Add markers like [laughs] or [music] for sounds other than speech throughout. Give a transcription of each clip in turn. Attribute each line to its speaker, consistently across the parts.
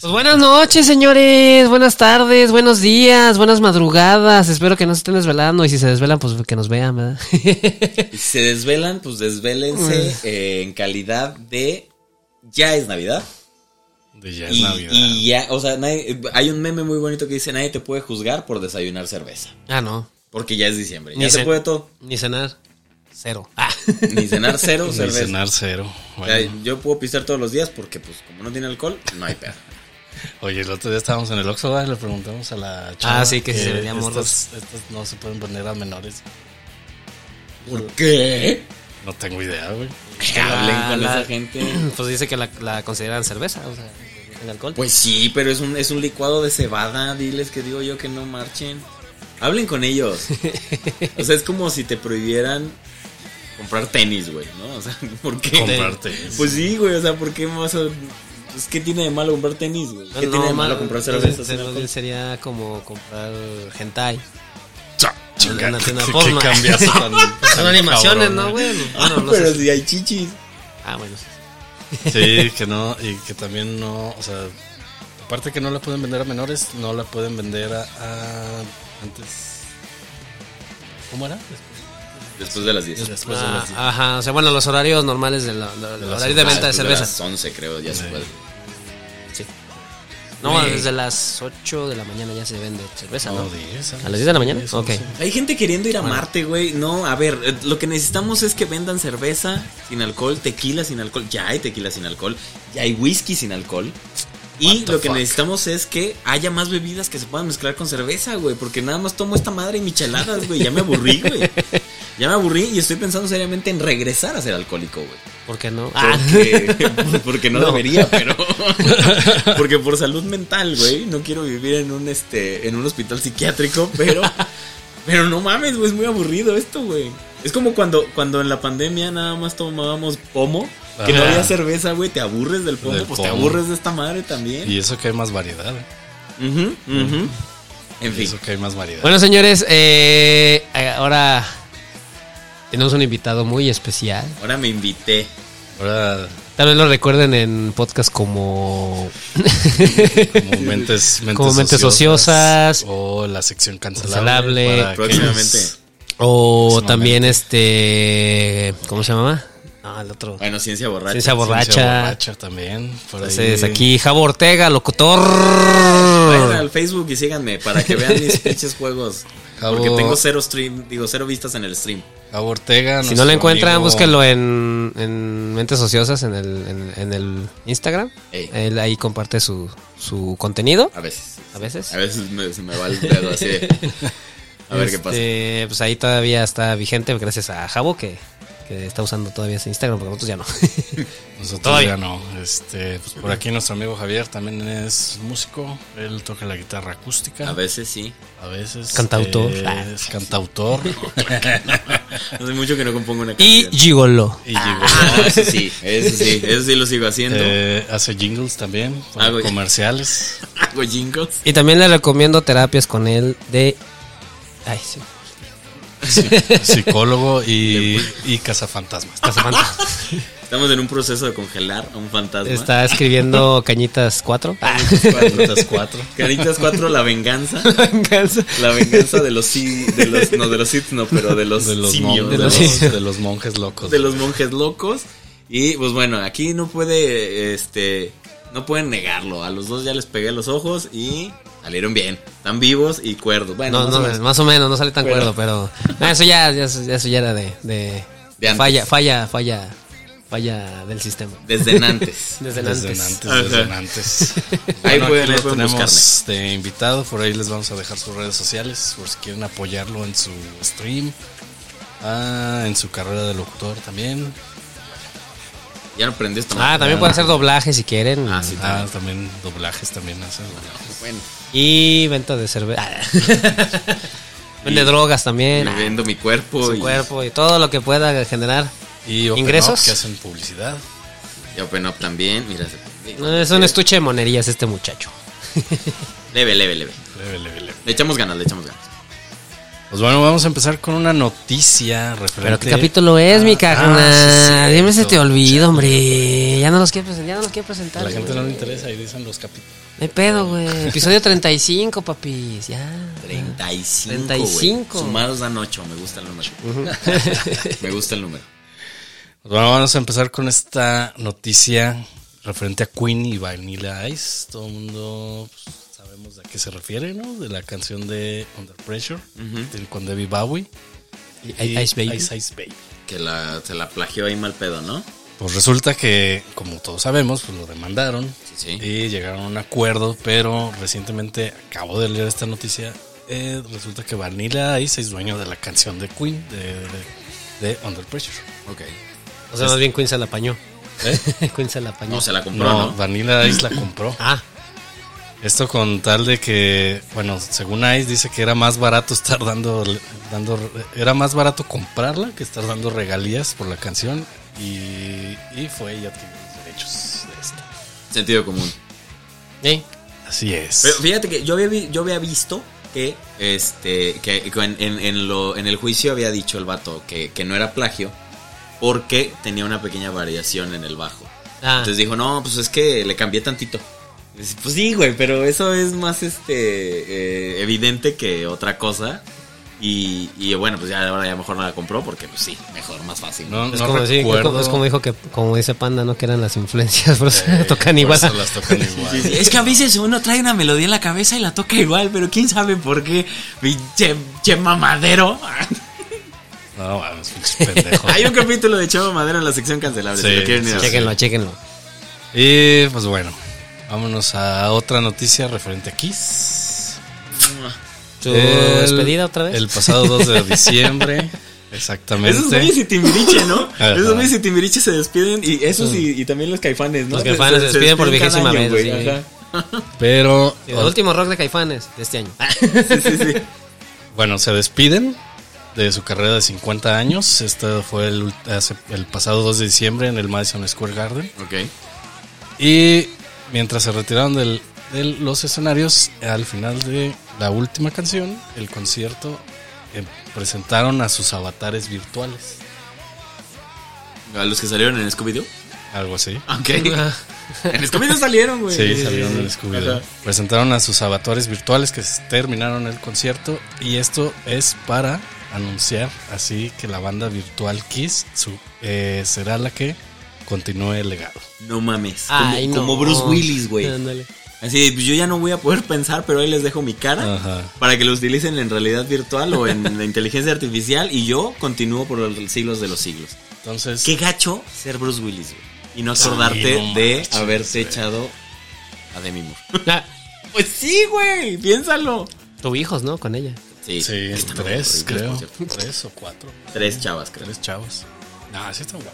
Speaker 1: Pues buenas noches, señores. Buenas tardes, buenos días, buenas madrugadas. Espero que no se estén desvelando y si se desvelan, pues que nos vean, ¿verdad?
Speaker 2: Y si se desvelan, pues desvélense eh, en calidad de ya es Navidad.
Speaker 3: De ya es
Speaker 2: Y,
Speaker 3: Navidad.
Speaker 2: y ya, o sea, nadie- hay un meme muy bonito que dice, nadie te puede juzgar por desayunar cerveza.
Speaker 1: ah, no.
Speaker 2: Porque ya es diciembre.
Speaker 1: Ni
Speaker 2: Ya se
Speaker 1: cen-
Speaker 2: puede todo.
Speaker 1: Ni cenar. Cero. [laughs] Ah.
Speaker 2: Ni cenar cero
Speaker 3: [laughs] Ni
Speaker 2: cerveza.
Speaker 3: cenar cero.
Speaker 2: O
Speaker 3: Bueno,
Speaker 2: sea, yo puedo pisar todos los días porque, pues, como no tiene alcohol, no hay pedo.
Speaker 3: Oye, el otro día estábamos en el Oxxo ¿verdad? y le preguntamos a la chava.
Speaker 1: Ah, sí, que si se vendían morros.
Speaker 3: estas, estas no se pueden vender a menores.
Speaker 2: ¿Por qué?
Speaker 3: No tengo idea, güey.
Speaker 2: Que hablen
Speaker 1: Ah,
Speaker 2: con
Speaker 1: la-
Speaker 2: esa gente.
Speaker 1: Pues dice que la, la consideran cerveza, o sea, el alcohol.
Speaker 2: Pues sí, pero es un, es un licuado de cebada. Diles que digo yo que no marchen. Hablen
Speaker 1: [laughs]
Speaker 2: con ellos. O sea, es como si te prohibieran comprar tenis, güey, ¿no? O sea, [laughs] ¿por qué?
Speaker 3: Comprar tenis.
Speaker 2: Pues sí, güey, o sea, ¿por qué más? Pues, ¿qué tiene de malo comprar tenis, güey? ¿Qué tiene de malo comprar cerveza? sin alcohol?
Speaker 1: Sería como comprar hentai.
Speaker 3: Cha, chinga,
Speaker 1: Una tienda
Speaker 3: ¿qué-
Speaker 1: porno. pues, [laughs]
Speaker 3: qué cambiazo tan-
Speaker 1: Son
Speaker 3: tan
Speaker 1: animaciones,
Speaker 3: cabrón,
Speaker 1: ¿no, güey?
Speaker 2: Ah,
Speaker 1: Bueno, no
Speaker 2: pero
Speaker 1: sé.
Speaker 2: si hay chichis.
Speaker 1: Ah, bueno. sí.
Speaker 3: [laughs] Sí, que no, y que también no, o sea, aparte que no la pueden vender a menores, no la pueden vender a, a- antes. ¿Cómo era?
Speaker 2: Después de las 10.
Speaker 3: Después
Speaker 1: Ah,
Speaker 3: de las diez.
Speaker 1: Ajá, o sea, bueno, los horarios normales del horario de, venta
Speaker 3: Ah,
Speaker 1: de
Speaker 2: Ah, Después
Speaker 1: cerveza.
Speaker 3: pues,
Speaker 2: las 11, creo, ya se
Speaker 3: Sí.
Speaker 2: puede.
Speaker 1: No,
Speaker 2: Sí.
Speaker 1: desde las 8 de la mañana ya se vende cerveza, ¿no?
Speaker 3: No, diez,
Speaker 1: ¿A las 10 de la mañana?
Speaker 3: diez,
Speaker 1: Ok.
Speaker 3: once.
Speaker 2: Hay gente queriendo ir a Marte, güey. No, a ver, eh, lo que necesitamos es que vendan cerveza sin alcohol, tequila sin alcohol. Ya hay tequila sin alcohol, ya hay whisky sin alcohol. Y
Speaker 3: What the
Speaker 2: lo que
Speaker 3: fuck?
Speaker 2: necesitamos es que haya más bebidas que se puedan mezclar con cerveza, güey. Porque nada más tomo esta madre y micheladas, güey. Ya me aburrí, güey. Ya me aburrí y estoy pensando seriamente en regresar a ser alcohólico, güey.
Speaker 1: ¿Por qué no? Ah,
Speaker 2: Porque, pues, porque no,
Speaker 1: No.
Speaker 2: debería,
Speaker 3: [laughs]
Speaker 2: pero. Porque por salud mental, güey. No quiero vivir en un este. en un hospital psiquiátrico, pero. Pero no mames, güey, es muy aburrido esto, güey. Es como cuando, cuando en la pandemia nada más tomábamos pomo, que no
Speaker 3: Ajá.
Speaker 2: había cerveza, güey, te aburres del pomo,
Speaker 3: Del
Speaker 2: pues te
Speaker 3: pomo.
Speaker 2: aburres de esta madre también.
Speaker 3: Y eso que hay más variedad. eh.
Speaker 2: Ujú, ujú. En
Speaker 3: Y
Speaker 2: fin.
Speaker 3: eso que hay más variedad.
Speaker 1: Bueno, señores, eh, ahora tenemos un invitado muy especial.
Speaker 2: Ahora me invité.
Speaker 3: Ahora,
Speaker 1: Tal vez lo recuerden en podcast como...
Speaker 3: como mentes,
Speaker 1: [laughs]
Speaker 3: mentes,
Speaker 1: Como mentes ociosas.
Speaker 3: O la sección cancelable.
Speaker 1: Cancelable.
Speaker 3: para
Speaker 2: Próximamente.
Speaker 3: aquellos-
Speaker 1: o también este... ¿Cómo se llamaba? No, el otro.
Speaker 2: Bueno, ciencia borracha.
Speaker 1: Ciencia
Speaker 3: Ciencia
Speaker 1: borracha.
Speaker 3: borracha también. por ahí.
Speaker 1: Entonces, aquí Javo Ortega,
Speaker 2: Vayan
Speaker 1: locutor.
Speaker 2: al Facebook y síganme para que vean mis pinches juegos.
Speaker 3: Javo.
Speaker 2: Porque tengo cero stream, digo, cero vistas en el stream.
Speaker 3: Gabo Ortega.
Speaker 1: Si no lo encuentran,
Speaker 3: búsquenlo
Speaker 1: búsquenlo en, en Mentes Ociosas, en el, en, en el Instagram.
Speaker 2: Ey.
Speaker 1: Él ahí comparte su, su contenido.
Speaker 2: A veces.
Speaker 1: A veces.
Speaker 2: A veces me, se me va el dedo así de- A ver qué pasa.
Speaker 1: Este, Pues ahí todavía está vigente gracias a Javo que, que está usando todavía ese Instagram, porque nosotros ya
Speaker 2: [laughs]
Speaker 1: no.
Speaker 3: Nosotros
Speaker 1: Todavía.
Speaker 3: ya no. Este, pues por aquí nuestro amigo Javier también es músico. Él toca la guitarra acústica.
Speaker 2: A veces sí.
Speaker 3: A veces.
Speaker 1: Cantautor. Ah.
Speaker 3: eh,
Speaker 2: [laughs]
Speaker 3: es cantautor.
Speaker 2: Hace mucho que no compongo una
Speaker 1: y
Speaker 2: canción.
Speaker 1: Gigolo.
Speaker 3: y llegó.
Speaker 2: Ah, eso sí, eso sí, eso sí lo sigo haciendo.
Speaker 3: Eh, hace jingles también. para
Speaker 2: Ah, güey. [laughs]
Speaker 3: comerciales.
Speaker 2: Hago jingles.
Speaker 1: Y también le recomiendo terapias con él de... Ay, sí.
Speaker 3: Psicólogo y, y cazafantasmas.
Speaker 1: Cazafantas.
Speaker 2: Estamos en un proceso de congelar a un fantasma.
Speaker 1: Está
Speaker 2: [laughs]
Speaker 1: escribiendo Cañitas 4.
Speaker 2: Caritas 4. Caritas 4, la venganza. La venganza de los si- de los no de los sith, no, pero de los
Speaker 3: de los,
Speaker 2: simios,
Speaker 3: mon-
Speaker 2: de,
Speaker 3: de
Speaker 2: los,
Speaker 3: los- de los monjes locos.
Speaker 2: de los monjes locos. Y pues bueno, aquí no puede este no pueden negarlo. A los dos ya les pegué los ojos y salieron bien. Están vivos y cuerdos. Bueno,
Speaker 1: No, no,
Speaker 2: más
Speaker 1: más
Speaker 2: o menos.
Speaker 1: o menos, no sale tan
Speaker 2: Pero-
Speaker 1: cuerdo, pero. no, eso ya, ya, eso ya era de. de-
Speaker 2: De antes.
Speaker 1: falla, falla, falla, falla del sistema.
Speaker 2: desde
Speaker 1: [laughs]
Speaker 2: Nantes.
Speaker 1: Desde,
Speaker 3: desde
Speaker 1: antes.
Speaker 3: antes,
Speaker 2: Ajá.
Speaker 3: desde
Speaker 1: [laughs]
Speaker 3: antes.
Speaker 2: Ahí pueden-
Speaker 3: aquí
Speaker 2: ahí
Speaker 3: lo
Speaker 2: pueden
Speaker 3: tenemos de invitado, por ahí les vamos a dejar sus redes sociales, por si quieren apoyarlo en su stream, ah, en su carrera de locutor también.
Speaker 2: Ya no aprendes
Speaker 1: Ah, también pueden hacer doblaje si quieren.
Speaker 2: Ah, sí.
Speaker 3: Ah, también doblajes, también hace doblajes.
Speaker 2: bueno.
Speaker 1: Y venta de
Speaker 3: [laughs]
Speaker 1: cerveza. Vende drogas también.
Speaker 2: Y vendo mi cuerpo
Speaker 1: Su
Speaker 2: y,
Speaker 1: cuerpo y todo lo que pueda generar.
Speaker 3: Y Open
Speaker 1: ¿Ingresos?
Speaker 3: Up, que hacen publicidad.
Speaker 2: y Open Up también. Mira, se-
Speaker 1: No, Es un estuche de monerías este muchacho.
Speaker 2: leve, leve, leve.
Speaker 3: Leve, leve, leve.
Speaker 2: Le echamos ganas, le echamos ganas.
Speaker 3: Pues bueno, vamos a empezar con una noticia referente.
Speaker 1: Pero qué capítulo es, mi
Speaker 3: Ah,
Speaker 1: carnal.
Speaker 3: sí, sí,
Speaker 1: Siempre se
Speaker 3: eso.
Speaker 1: te olvida, hombre. Ya no los quiero presentar. Ya no los quiero
Speaker 3: A
Speaker 1: presentar.
Speaker 3: la gente
Speaker 1: güey.
Speaker 3: no le interesa y dicen los capítulos.
Speaker 1: No hay pedo,
Speaker 3: [laughs]
Speaker 1: güey. Episodio 35, papis. Ya.
Speaker 2: 35.
Speaker 1: 35.
Speaker 2: güey. Sumados dan 8. Me gusta el número. [laughs] me gusta el número.
Speaker 3: Pues bueno, vamos a empezar con esta noticia referente a Queen y Vanilla Ice. Todo el mundo pues, sabemos a qué se refiere, ¿no? De la canción de Under Pressure del- con David Bowie.
Speaker 1: I- Ice Baby.
Speaker 3: Ice Ice Baby.
Speaker 2: Que la, se la plagió ahí mal pedo, ¿no?
Speaker 3: Pues resulta que, como todos sabemos, pues lo demandaron
Speaker 2: Sí, sí.
Speaker 3: y llegaron a un acuerdo, pero recientemente acabo de leer esta noticia. eh, resulta que Vanilla Ice es dueño de la canción de Queen, de, de- de Under Pressure.
Speaker 2: Ok.
Speaker 1: O sea, más bien Queen se la apañó. [laughs] Queen se la apañó.
Speaker 2: No, se la compró,
Speaker 3: ¿Eh? No,
Speaker 2: ¿no?
Speaker 3: Vanilla Ice la compró.
Speaker 1: Ah,
Speaker 3: Esto con tal de que, bueno, según Ice dice que era más barato estar dando, dando era más barato comprarla que estar dando regalías por la canción y, y fue ella adquirió los derechos de esta.
Speaker 2: Sentido común.
Speaker 1: ¿eh?
Speaker 3: Así es.
Speaker 2: Pero fíjate que yo había, vi- yo había visto que este que que en, en- en lo, en el juicio había dicho el vato que, que no era plagio porque tenía una pequeña variación en el bajo.
Speaker 1: Ah,
Speaker 2: Entonces dijo, no, pues es que le cambié tantito. Y dice, Pues sí, güey, pero eso es más este eh, evidente que otra cosa. Y, y bueno, pues ya ahora ya mejor no la compró porque pues sí, mejor, más fácil.
Speaker 3: no,
Speaker 1: es,
Speaker 3: no
Speaker 1: como decir- es como-
Speaker 3: recuerdo.
Speaker 1: es como dijo que, como dice Panda, ¿no? Que eran las influencias, [laughs] por eso
Speaker 3: Eh,
Speaker 1: tocan
Speaker 3: por
Speaker 1: igual.
Speaker 3: eso las tocan igual.
Speaker 2: Sí, sí, Es que a veces uno trae una melodía en la cabeza y la toca igual, pero quién sabe por qué. Pinche che mamadero.
Speaker 3: No, mames, pinches pendejos.
Speaker 2: [laughs] Hay un capítulo de Chavo Madero en la sección cancelable.
Speaker 3: Sí,
Speaker 2: si lo quieren ir a ver.
Speaker 1: [laughs] Chéquenlo, chéquenlo.
Speaker 3: Y pues bueno, vámonos a otra noticia referente a Kiss.
Speaker 1: ¿Tu
Speaker 3: El-
Speaker 1: despedida otra vez?
Speaker 3: El pasado 2
Speaker 1: [laughs]
Speaker 3: de diciembre. Exactamente.
Speaker 2: Esos güeyes y Timbiriche, [laughs] ¿no?
Speaker 3: Ajá.
Speaker 2: Esos güeyes y Timbiriche se despiden. Y esos y, y también los caifanes, ¿no?
Speaker 1: Los caifanes se despiden por
Speaker 2: cada
Speaker 1: vigésima vez,
Speaker 2: güey,
Speaker 1: sí.
Speaker 2: ajá.
Speaker 3: Pero
Speaker 1: El último rock de Caifanes de este año.
Speaker 3: Ah,
Speaker 2: Sí, sí, sí. [laughs]
Speaker 3: bueno, se despiden de su carrera de 50 años. Este fue el, ult- hace- el pasado 2 de diciembre en el Madison Square Garden.
Speaker 2: ok.
Speaker 3: Y mientras se retiraron del- de los escenarios, al final de la última canción, el concierto, eh, presentaron a sus avatares virtuales.
Speaker 2: A los que salieron en Scooby-Doo.
Speaker 3: Algo así.
Speaker 2: Ah, [laughs] Ok. en Scooby-Doo salieron, güey.
Speaker 3: Sí, salieron del Scooby-Doo.
Speaker 2: Ajá.
Speaker 3: Presentaron a sus avatares virtuales que s- terminaron el concierto y esto es para anunciar así que la banda virtual Kiss su- eh, será la que continúe el legado.
Speaker 2: No mames. Como,
Speaker 1: Ay, no.
Speaker 2: como Bruce Willis, güey.
Speaker 1: Ándale.
Speaker 2: Así, pues, yo ya no voy a poder pensar, pero ahí les dejo mi cara
Speaker 3: Ajá.
Speaker 2: para que lo utilicen en realidad virtual o en la inteligencia artificial y yo continúo por los siglos de los siglos.
Speaker 3: Entonces,
Speaker 2: Qué gacho ser Bruce Willis, güey. Y no acordarte
Speaker 3: no
Speaker 2: de
Speaker 3: manches,
Speaker 2: haberte
Speaker 3: güey.
Speaker 2: echado a Demi Moore.
Speaker 1: Ah,
Speaker 2: Pues sí, güey, piénsalo.
Speaker 1: tuve hijos, ¿no? Con ella.
Speaker 2: Sí,
Speaker 3: sí,
Speaker 2: están horribles,
Speaker 3: tres, creo.
Speaker 2: por cierto.
Speaker 3: Tres o cuatro.
Speaker 2: Tres chavas, creo.
Speaker 3: Tres chavos. Ah, sí está guapo.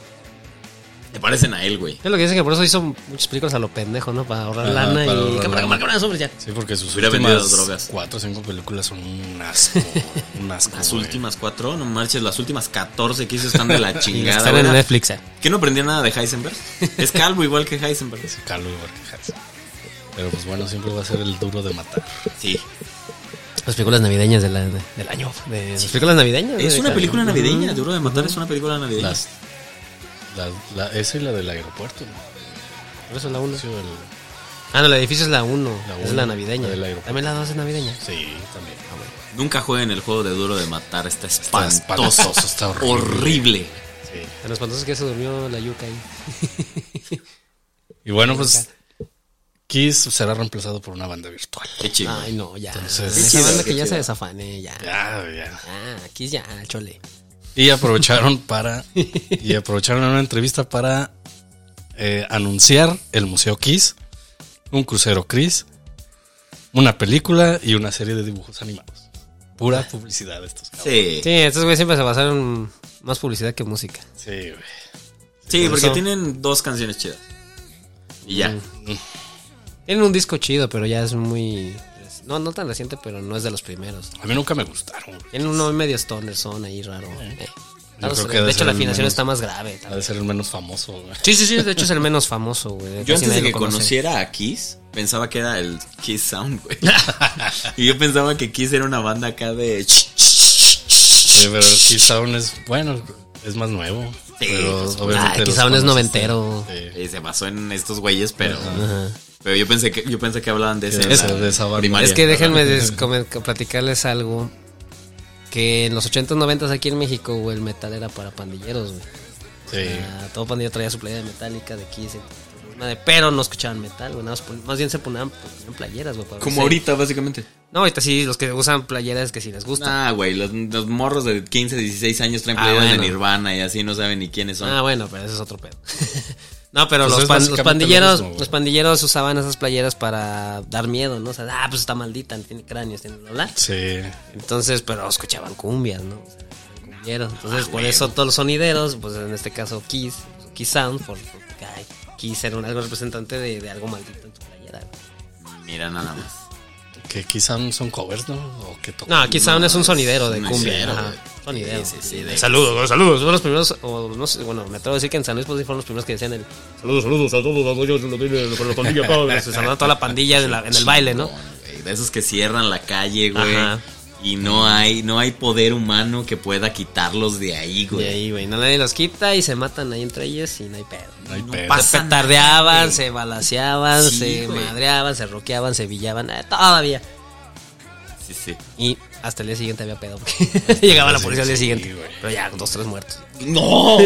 Speaker 2: Te parecen a él, güey.
Speaker 1: Es lo que dicen que por eso hizo muchas películas a lo pendejo, ¿no? Para ahorrar
Speaker 3: Ajá,
Speaker 1: lana
Speaker 3: para
Speaker 1: y.
Speaker 3: ahorrar
Speaker 1: Cámara,
Speaker 3: lana.
Speaker 1: cámara, cámara, sobres ya.
Speaker 3: Sí, porque sus
Speaker 2: Hubiera
Speaker 3: últimas
Speaker 2: vendido drogas.
Speaker 3: cuatro o cinco películas son
Speaker 2: [laughs]
Speaker 3: un asco. Un asco.
Speaker 2: Las
Speaker 3: güey.
Speaker 2: últimas cuatro, no marches, las últimas 14 que hizo están de la
Speaker 1: Y las que
Speaker 2: chingada.
Speaker 1: están en
Speaker 2: ¿verdad?
Speaker 1: Netflix, eh.
Speaker 2: ¿Qué no aprendió nada de Heisenberg? Es calvo igual que Heisenberg.
Speaker 3: Ese Carlos Borges. Pero pues bueno, siempre va a ser el duro de matar.
Speaker 2: Sí.
Speaker 1: Las películas navideñas de la- de- del año. de- Las películas navideñas.
Speaker 2: Es
Speaker 1: de-
Speaker 2: una película
Speaker 1: Ujú.
Speaker 2: navideña, Duro de Matar es una película navideña.
Speaker 3: Las, la, la- esa y la del aeropuerto. ¿no?
Speaker 1: Por eso es la 1.
Speaker 3: Sí, el-
Speaker 1: Ah, no, el edificio es la 1.
Speaker 3: La
Speaker 1: Es
Speaker 3: uno,
Speaker 1: la navideña.
Speaker 3: la del aeropuerto.
Speaker 1: También la 2 es navideña.
Speaker 3: sí, también. Ah, bueno.
Speaker 2: Nunca jueguen el juego de Duro de Matar, está espantoso,
Speaker 3: espantoso, [laughs] está horrible.
Speaker 2: horrible.
Speaker 3: Sí.
Speaker 1: En los pantosos que se durmió la yuca ahí.
Speaker 3: Y bueno, pues Kiss será reemplazado por una banda virtual.
Speaker 2: Qué chido.
Speaker 1: Ay, no, ya.
Speaker 3: Entonces-
Speaker 1: Esa
Speaker 2: Qué
Speaker 1: banda
Speaker 2: chido,
Speaker 1: que
Speaker 2: qué
Speaker 1: ya
Speaker 2: chido.
Speaker 1: se desafane, ya.
Speaker 3: Ya, ya.
Speaker 1: Ah, aquí ya, chole.
Speaker 3: Y aprovecharon para. Y aprovecharon en una entrevista para eh, anunciar el Museo Kiss, un crucero Kiss, una película y una serie de dibujos animados. Pura publicidad de estos cabrones.
Speaker 2: Sí.
Speaker 1: Sí, estos güeyes siempre se basaron más publicidad que música.
Speaker 3: Sí, güey.
Speaker 2: Sí,
Speaker 1: Por
Speaker 2: porque
Speaker 1: eso. Mm,
Speaker 2: tienen dos canciones chidas. Y ya.
Speaker 1: Tienen un disco chido, pero ya es muy. es- No, no tan reciente, pero no es de los primeros.
Speaker 3: A mí nunca me gustaron. güey.
Speaker 1: Tienen uno medio stoner son ahí raro. eh. Claro,
Speaker 3: creo que
Speaker 1: de
Speaker 3: debe
Speaker 1: hecho,
Speaker 3: ser
Speaker 1: la
Speaker 3: el
Speaker 1: afinación
Speaker 3: menos-
Speaker 1: está más grave. tal
Speaker 3: Ha de
Speaker 1: vez.
Speaker 3: ser el menos famoso, güey.
Speaker 1: Sí, sí, sí, de hecho es el menos famoso, güey.
Speaker 2: Yo
Speaker 1: Casi
Speaker 2: antes de
Speaker 1: nadie
Speaker 2: que
Speaker 1: lo conoce.
Speaker 2: conociera a Kiss, pensaba que [laughs] era el Kiss Sound, güey. y yo pensaba que Kiss era una banda acá de... ch, ch, ch,
Speaker 3: Este, pero Kiss Town es bueno, es más nuevo.
Speaker 2: Sí,
Speaker 3: pero
Speaker 2: pues,
Speaker 3: obviamente
Speaker 1: ah,
Speaker 3: los
Speaker 1: Kiss Town es
Speaker 3: conoces,
Speaker 1: noventero.
Speaker 3: este,
Speaker 2: Eh, se basó en estos güeyes, pero.
Speaker 1: Ajá.
Speaker 2: Pero yo pensé que, yo pensé que hablaban de ese.
Speaker 3: Que
Speaker 2: en
Speaker 3: esa-
Speaker 2: la
Speaker 3: de esa banda.
Speaker 2: primaria.
Speaker 1: Es que déjenme des- come- platicarles algo. Que en los 80s, 90s aquí en México, güey, el metal era para pandilleros, güey.
Speaker 3: sí.
Speaker 1: Ah, todo pandillero traía su playera de metálica, de Kiss, de- madre, pero no escuchaban metal, güey. nada más pon- Más bien se ponían, ponían playeras, güey. para
Speaker 2: Como
Speaker 1: verse.
Speaker 2: ahorita, básicamente.
Speaker 1: No, ahorita sí, los que usan playeras que sí les gusta.
Speaker 2: Ah, güey, los, los morros de 15, 16 años traen
Speaker 1: Ah,
Speaker 2: playeras
Speaker 1: bueno.
Speaker 2: de Nirvana y así no saben ni quiénes son.
Speaker 1: Ah, bueno, pero eso es otro pedo. [laughs] no, pero
Speaker 3: Pues
Speaker 1: los, pan-
Speaker 3: es
Speaker 1: los
Speaker 3: básicamente lo
Speaker 1: pandilleros,
Speaker 3: mismo, güey.
Speaker 1: los pandilleros usaban esas playeras para dar miedo, ¿no? O sea, ah, pues está maldita, tiene cráneos, tiene bla, bla.
Speaker 3: Sí.
Speaker 1: Entonces, pero escuchaban cumbias, ¿no? O sea, cumbieros. Entonces, por eso todos los sonideros, pues en este caso Kiss, Kiss Sound, por, por- ay, Kiss era un, algo representante de, de algo maldito en su playera.
Speaker 2: Mira nada más.
Speaker 3: Que quizá no son covers, ¿no? O que tocan.
Speaker 1: No, Kiss Sound es un
Speaker 2: es
Speaker 1: sonidero de
Speaker 2: un
Speaker 1: cumbia.
Speaker 2: sonidero,
Speaker 1: ajá,
Speaker 2: güey.
Speaker 1: Sonidero.
Speaker 2: Sí, sí, sí, de-
Speaker 1: Saludos, güey, saludos. Fueron los primeros, o no sé, bueno, me atrevo a decir que en San Luis pues, sí fueron los primeros que decían el saludos, saludos a todos, a todos, a [laughs] la pandilla, todos. Se saludaba toda la pandilla en, la- en el baile, ¿no?
Speaker 2: güey, de esos que cierran la calle, güey.
Speaker 1: Ajá.
Speaker 2: Y no hay, no hay poder humano que pueda quitarlos de ahí,
Speaker 1: Y
Speaker 2: güey.
Speaker 1: ahí, güey, no nadie los quita y se matan ahí entre ellos y no hay pedo.
Speaker 3: No hay
Speaker 2: No
Speaker 3: pedo.
Speaker 2: pasa.
Speaker 1: Se petardeaban, se balaseaban,
Speaker 2: Sí,
Speaker 1: se
Speaker 2: güey.
Speaker 1: madreaban, se roqueaban, se villaban, eh, todavía.
Speaker 2: Sí, sí.
Speaker 1: Y hasta el día siguiente había pedo. porque [laughs] Llegaba la policía al día
Speaker 3: sí,
Speaker 1: siguiente.
Speaker 3: güey.
Speaker 1: pero ya, dos, tres muertos.
Speaker 2: ¡No!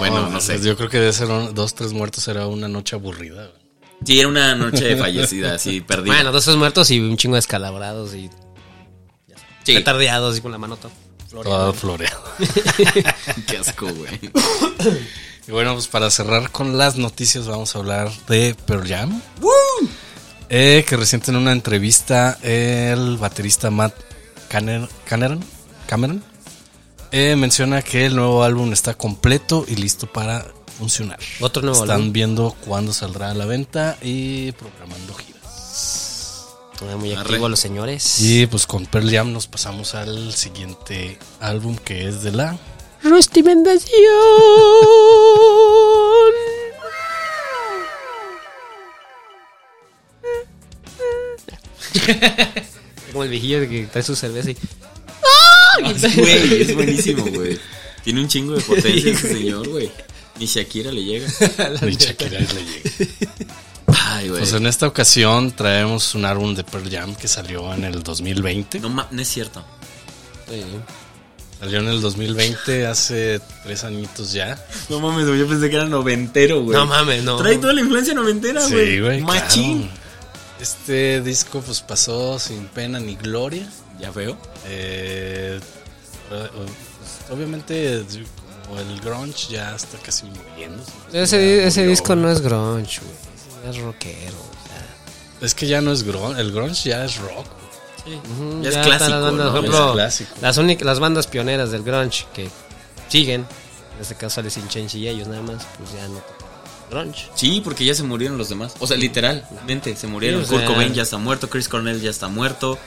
Speaker 2: bueno, no
Speaker 3: pues,
Speaker 2: sé.
Speaker 3: Yo creo que de ser un- dos, tres muertos era una noche aburrida. güey.
Speaker 2: Sí, era una noche fallecida, así perdida.
Speaker 1: Bueno, dos, tres muertos y un chingo descalabrados y
Speaker 2: Sí.
Speaker 1: petardeados y con la mano toda floreada.
Speaker 3: Todo floreado.
Speaker 2: [laughs] Qué asco, güey.
Speaker 3: Y bueno, pues para cerrar con las noticias, vamos a hablar de Pearl Jam. Eh, que reciente en una entrevista, el baterista Matt Caner- Caneran- Cameron eh, menciona que el nuevo álbum está completo y listo para funcionar.
Speaker 1: Otro nuevo
Speaker 3: Están
Speaker 1: álbum.
Speaker 3: viendo cuándo saldrá a la venta y programando giras.
Speaker 1: Ah, Muy
Speaker 2: Arre.
Speaker 1: activo los señores.
Speaker 3: Y pues con Pearl Jam nos pasamos al siguiente álbum que es
Speaker 1: [laughs]
Speaker 3: de la
Speaker 1: Rusty Mendación. Como el viejillo que trae su cerveza y.
Speaker 2: Güey, es buenísimo, güey. Tiene un chingo de potencia ese señor, güey. Ni Shakira le llega.
Speaker 3: de Shakira le llega.
Speaker 2: Ay, güey.
Speaker 3: Pues en esta ocasión traemos un álbum de Pearl Jam que salió en el 2020.
Speaker 2: no, ma- no es cierto.
Speaker 1: eh,
Speaker 3: Salió en el 2020, hace tres añitos ya.
Speaker 2: No mames, güey. Yo pensé que era noventero, güey.
Speaker 1: No mames, no.
Speaker 2: Trae toda la influencia noventera, güey.
Speaker 3: Sí, güey.
Speaker 2: Machín.
Speaker 3: claro. Este disco pues pasó sin pena ni gloria.
Speaker 2: Ya veo.
Speaker 3: Eh, eh, pues, obviamente como el grunge ya está casi muriendo.
Speaker 1: Ese,
Speaker 3: Ya
Speaker 1: ese
Speaker 3: murió.
Speaker 1: disco no es grunge, güey. Es rockero. o sea.
Speaker 3: Es que ya no es grunge, el grunge ya es rock. güey.
Speaker 1: Ujú,
Speaker 2: Ya es
Speaker 1: están
Speaker 2: clásico,
Speaker 1: las bandas, Por
Speaker 2: ¿no? Ya
Speaker 3: es
Speaker 1: ejemplo,
Speaker 3: clásico.
Speaker 1: Las, únicas, las bandas pioneras del grunge que siguen. En este caso, sale Sin Change y ellos nada más, pues ya no tocan grunge.
Speaker 2: Sí, porque ya se murieron los demás. O sea, literalmente, se murieron.
Speaker 1: Sí, o sea-
Speaker 2: Kurt Cobain ya está muerto, Chris Cornell ya está muerto.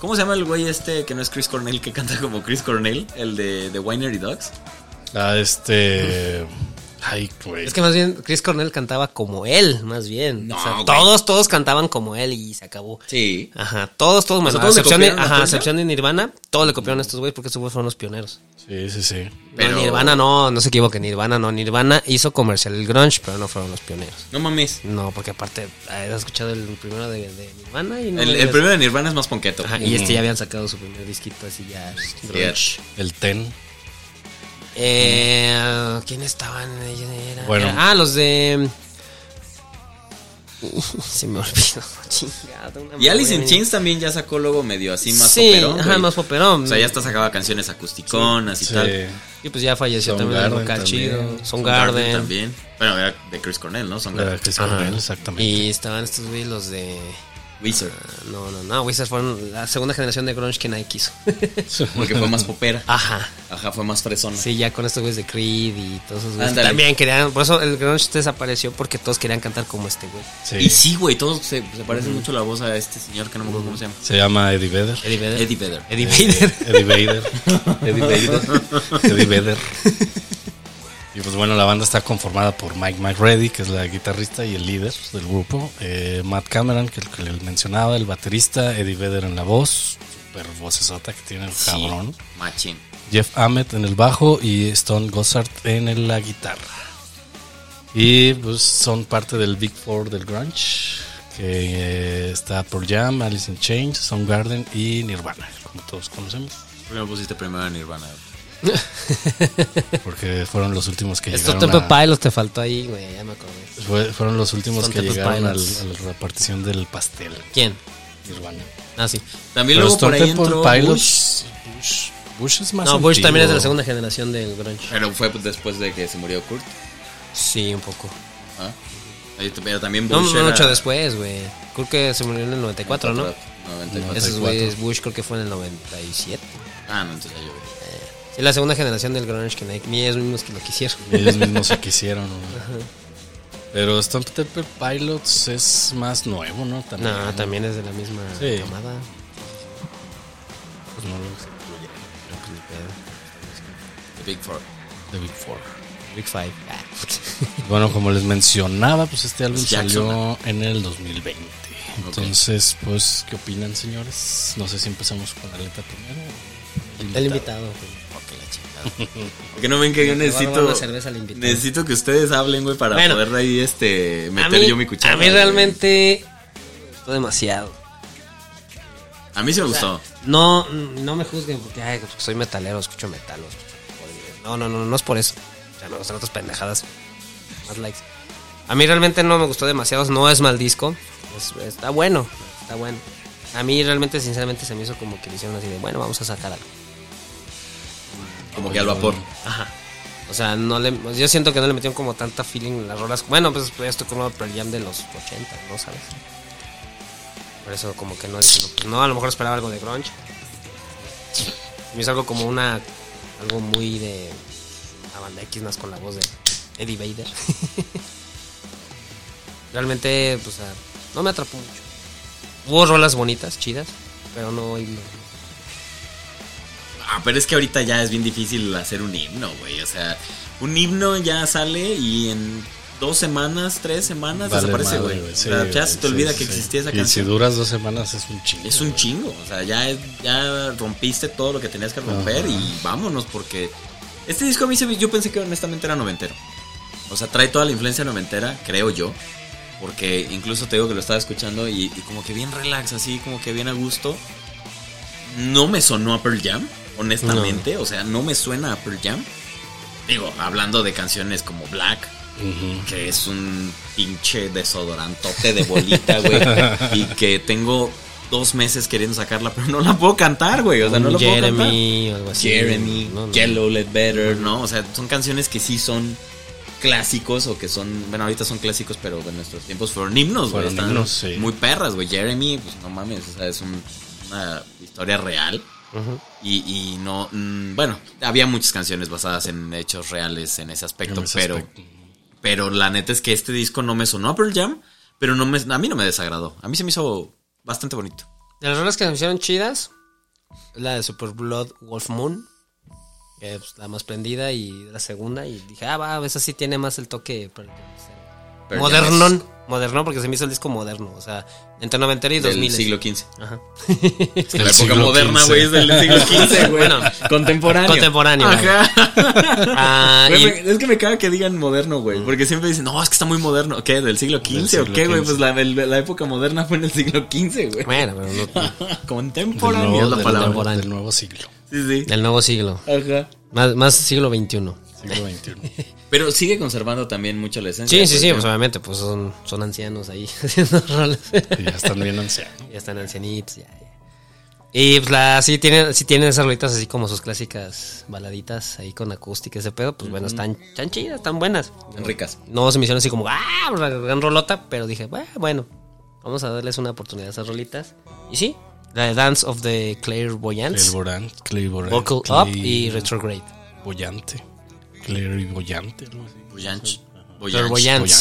Speaker 2: ¿Cómo se llama el güey este que no es Chris Cornell, que canta como Chris Cornell? El de, de Winery Dogs.
Speaker 3: Ah, este... Ay, güey.
Speaker 1: Es que más bien Chris Cornell cantaba como él, más bien.
Speaker 2: No,
Speaker 1: O sea,
Speaker 2: güey.
Speaker 1: todos, todos cantaban como él y se acabó.
Speaker 2: Sí.
Speaker 1: Ajá, todos, todos, menos.
Speaker 2: sea,
Speaker 1: a
Speaker 2: ¿todos le
Speaker 1: excepción de-
Speaker 2: copiaron a
Speaker 1: ajá, a
Speaker 2: Pearl Jam?
Speaker 1: excepción de Nirvana, todos le copiaron a estos güeyes porque estos güeyes fueron los pioneros.
Speaker 3: Sí, sí, sí.
Speaker 2: Pero-
Speaker 1: No, Nirvana no, no se equivoquen, Nirvana no. Nirvana hizo comercial el grunge, pero no fueron los pioneros.
Speaker 2: No mames.
Speaker 1: No, porque aparte, ah, has escuchado el primero de, de Nirvana y no
Speaker 2: El, el
Speaker 1: habías-
Speaker 2: primero de Nirvana es más ponqueto.
Speaker 1: Ajá, y este ya habían sacado su primer disquito así ya. pues, grunge.
Speaker 3: El ten.
Speaker 1: Eh, ¿Quién estaban? Era-
Speaker 3: Bueno.
Speaker 1: era- ah, los de. [laughs] Se me olvidó. [laughs] Chingado. una
Speaker 2: Y Alice in
Speaker 1: memoria.
Speaker 2: Chains también ya sacó luego medio así más
Speaker 1: Sí,
Speaker 2: poperón,
Speaker 1: ajá,
Speaker 2: güey.
Speaker 1: más poperón.
Speaker 2: O sea, ya hasta sacaba canciones acusticonas y
Speaker 3: Sí.
Speaker 2: tal.
Speaker 1: Y pues ya falleció también el
Speaker 3: Soundgarden
Speaker 1: vocal
Speaker 3: también.
Speaker 1: chido. Soundgarden.
Speaker 2: también. Bueno, era de Chris Cornell, ¿no? Son
Speaker 3: La que es
Speaker 1: Ajá.
Speaker 3: con él, exactamente.
Speaker 1: Y estaban estos güeyes los de. ah,
Speaker 2: Wizard.
Speaker 1: No, no, no. Wizards fueron la segunda generación de grunge que nadie
Speaker 2: [laughs]
Speaker 1: quiso.
Speaker 3: [laughs]
Speaker 2: Porque fue más popera.
Speaker 1: Ajá.
Speaker 2: Ajá, fue más fresona.
Speaker 1: Sí, ya con estos güeyes de Creed y todos esos güeyes.
Speaker 2: Ándale.
Speaker 1: También querían. Por eso el grunge desapareció porque todos querían cantar como este güey.
Speaker 3: Sí.
Speaker 2: Y sí, güey, todos se, se parece mucho la voz a este señor que no me acuerdo cómo se llama.
Speaker 3: Se llama Eddie Vedder. Eh,
Speaker 1: Eddie Vedder.
Speaker 2: Eddie Vedder.
Speaker 1: Eddie Vedder.
Speaker 3: Eddie Vedder. Eddie Vedder. [laughs] Eddie Vedder. Y pues bueno, la banda está conformada por Mike McReady, que es la guitarrista y el líder del grupo. eh, Matt Cameron, que es el que les mencionaba, el baterista. Eddie Vedder en la voz. super vocesota que tiene el cabrón.
Speaker 4: Machín.
Speaker 3: Jeff Ahmet en el bajo y Stone Gossard en el- la guitarra. Y pues son parte del Big Four del grunge, que eh, está Pearl Jam, Alice in Chains, Soundgarden y Nirvana, como
Speaker 1: [laughs]
Speaker 3: todos conocemos,
Speaker 4: Primero pusiste primero a Nirvana.
Speaker 3: porque fueron los últimos que
Speaker 1: Esto
Speaker 3: llegaron
Speaker 1: Temple
Speaker 3: a-
Speaker 1: Pilots te faltó ahí, güey, ya me acordé.
Speaker 3: fue- fueron los últimos
Speaker 1: Stone
Speaker 3: que
Speaker 1: Temple
Speaker 3: llegaron al-
Speaker 1: Pilots.
Speaker 3: a la repartición del pastel
Speaker 1: ¿Quién?
Speaker 3: Nirvana.
Speaker 1: Ah, sí.
Speaker 2: También
Speaker 3: Pero
Speaker 2: luego por
Speaker 3: Stone
Speaker 2: ahí
Speaker 3: Temple
Speaker 2: entró Bush,
Speaker 3: Pilots, Bush, Bush es más
Speaker 1: No, Bush
Speaker 3: antiguo.
Speaker 1: también es de la segunda generación del grunge.
Speaker 4: Pero fue después de que se murió Kurt.
Speaker 1: Sí, un poco.
Speaker 4: ¿ah? Ahí t- Pero también
Speaker 1: No,
Speaker 4: Bush
Speaker 1: no
Speaker 4: era-
Speaker 1: mucho después, güey. Creo que se murió en el 94, ¿no?
Speaker 4: 94.
Speaker 1: Esos
Speaker 3: 94.
Speaker 1: güeyes Bush creo que fue en el 97.
Speaker 4: Ah, no, entonces ya yo.
Speaker 1: Sí, la segunda generación del grunge que Nike, ni ellos mismos que lo quisieron.
Speaker 3: Ellos mismos se quisieron. ¿no? Pero Stone Temple Pilots es más nuevo, ¿no? También.
Speaker 1: No, también es de la misma
Speaker 3: Sí.
Speaker 1: camada.
Speaker 3: Pues no lo incluye,
Speaker 1: No, pues ni pedo.
Speaker 4: The Big Four.
Speaker 3: The Big Four.
Speaker 1: Big Five. Ah.
Speaker 3: Bueno, como les mencionaba, pues este álbum
Speaker 4: Pues
Speaker 3: salió en el 2020. Entonces, pues, ¿qué opinan, señores? No sé si empezamos con Aleta primero.
Speaker 1: El invitado. güey.
Speaker 4: Porque la chingada.
Speaker 2: Que no ven que yo
Speaker 1: Le va a robar
Speaker 2: necesito.
Speaker 1: una cerveza al invitado.
Speaker 2: Necesito que ustedes hablen, güey, para
Speaker 1: Bueno.
Speaker 2: poder ahí este
Speaker 1: A
Speaker 2: meter
Speaker 1: mí,
Speaker 2: yo mi cuchara.
Speaker 1: a mí
Speaker 2: güey.
Speaker 1: realmente fue demasiado.
Speaker 2: A mí se me gustó.
Speaker 1: No, no me juzguen porque ay, porque soy metalero, escucho metal. o escucho- No, no, no, no es por eso. O sea, me gustan otras pendejadas. Más likes. A mí realmente no me gustó demasiado. No es mal disco. Es- está bueno, está bueno. A mí realmente, sinceramente, se me hizo como que le hicieron así de, bueno, vamos a sacar algo.
Speaker 4: Como que al vapor.
Speaker 1: Ajá. O sea, no le, yo siento que no le metieron como tanta feeling en las rolas. Bueno, pues esto como el Jam de los 80, ¿no sabes? Por eso como que no dije, no, pues, no, a lo mejor esperaba algo de grunge. Me hizo algo como una algo muy de la banda X más con la voz de Eddie Vader. [laughs] Realmente, pues ah, no me atrapó mucho. Hubo rolas bonitas, chidas, pero no hoy no.
Speaker 2: Ah, pero es que ahorita ya es bien difícil hacer un himno, güey. O sea, un himno ya sale y en dos semanas, tres semanas
Speaker 3: Vale
Speaker 2: desaparece,
Speaker 3: madre,
Speaker 2: güey.
Speaker 3: güey,
Speaker 2: O
Speaker 3: sí,
Speaker 2: sea, ya
Speaker 3: güey,
Speaker 2: se te
Speaker 3: sí,
Speaker 2: olvida
Speaker 3: sí,
Speaker 2: que
Speaker 3: sí.
Speaker 2: existía esa
Speaker 3: Y si
Speaker 2: canción.
Speaker 3: duras dos semanas es un chingo.
Speaker 2: Es un
Speaker 3: güey.
Speaker 2: chingo, o sea, ya, ya rompiste todo lo que tenías que romper y vámonos porque este disco a mí se me- yo pensé que honestamente era noventero. O sea, trae toda la influencia noventera, creo yo, porque incluso te digo que lo estaba escuchando y, y como que bien relax, así como que bien a gusto. No me sonó a Pearl Jam, honestamente, o sea, no me suena a Pearl Jam. Digo, hablando de canciones como Black,
Speaker 3: Ujú.
Speaker 2: que es un pinche desodorantote de bolita, güey. y que tengo dos meses queriendo sacarla, pero no la puedo cantar, güey. O sea, no la puedo cantar.
Speaker 1: Jeremy o algo así.
Speaker 2: Jeremy,
Speaker 1: No, no.
Speaker 2: Yellow Let Better, ¿no? O sea, son canciones que sí son clásicos o que son, bueno, ahorita son clásicos, pero en nuestros tiempos fueron himnos, güey.
Speaker 3: Fueron
Speaker 2: Están
Speaker 3: himnos, sí.
Speaker 2: Muy perras, güey. Jeremy, pues no mames, o sea, es un- una historia real.
Speaker 1: Ujú.
Speaker 2: Y, y no, mm, bueno, había muchas canciones basadas en hechos reales en ese aspecto,
Speaker 3: En ese
Speaker 2: pero
Speaker 3: aspecto.
Speaker 2: pero la neta es que este disco no me sonó a Pearl Jam, pero no me, a mí no me desagradó. A mí se me hizo bastante bonito.
Speaker 1: De las rolas que se me hicieron chidas, es la de Super Blood Wolf Moon, que es la más prendida y la segunda, y dije, ah, va, esa sí tiene más el toque pero-
Speaker 2: Pero
Speaker 1: modernón, modernón, porque se me hizo el disco moderno, o sea, entre 90 y
Speaker 2: Del
Speaker 1: 2000.
Speaker 2: siglo XV.
Speaker 1: Ajá.
Speaker 2: La
Speaker 3: Del
Speaker 2: época
Speaker 3: siglo
Speaker 2: moderna,
Speaker 3: XV.
Speaker 2: güey, es del siglo XV, güey.
Speaker 1: Bueno,
Speaker 2: contemporáneo.
Speaker 1: contemporáneo,
Speaker 2: Ajá.
Speaker 1: Ah,
Speaker 2: Güey,
Speaker 1: y-
Speaker 2: me- es que me caga que digan moderno, güey. Porque siempre dicen, no, es que está muy moderno. ¿Qué? ¿Del siglo XV o
Speaker 3: siglo
Speaker 2: qué, güey?
Speaker 3: XV.
Speaker 2: Pues la, el- la época moderna fue en el siglo XV, [laughs] güey.
Speaker 1: Bueno, pero no-
Speaker 3: Del
Speaker 2: Contemporáneo
Speaker 3: nuevo,
Speaker 2: es la
Speaker 3: del
Speaker 2: palabra.
Speaker 3: nuevo-
Speaker 1: Contemporáneo.
Speaker 3: del nuevo siglo,
Speaker 2: Sí, sí.
Speaker 1: del nuevo siglo,
Speaker 2: Ajá.
Speaker 1: más, más siglo XXI.
Speaker 3: siglo XXI.
Speaker 2: Pero sigue conservando también mucho la esencia.
Speaker 1: Sí, sí, sí,
Speaker 2: porque-
Speaker 1: pues obviamente, pues son, son ancianos ahí [laughs] haciendo rolas.
Speaker 3: Y ya están bien ancianos.
Speaker 1: Ya están ancianitos, ya, ya. Y pues la, sí tienen, sí tienen esas rolitas así como sus clásicas baladitas ahí con acústica y ese pedo, pues bueno, están, están chidas, están buenas.
Speaker 2: Están ricas.
Speaker 1: No se me hicieron así como, ah, la gran rolota, pero dije, "Bah, bueno, vamos a darles una oportunidad a esas rolitas. Y sí, la de Dance of the Clairvoyants,
Speaker 3: Clairvoyant, Clairvoyant.
Speaker 1: Vocal Up y Retrograde.
Speaker 3: Bollante. Clairvoyante, algo así.
Speaker 4: Boyanch.
Speaker 1: Clairvoyants.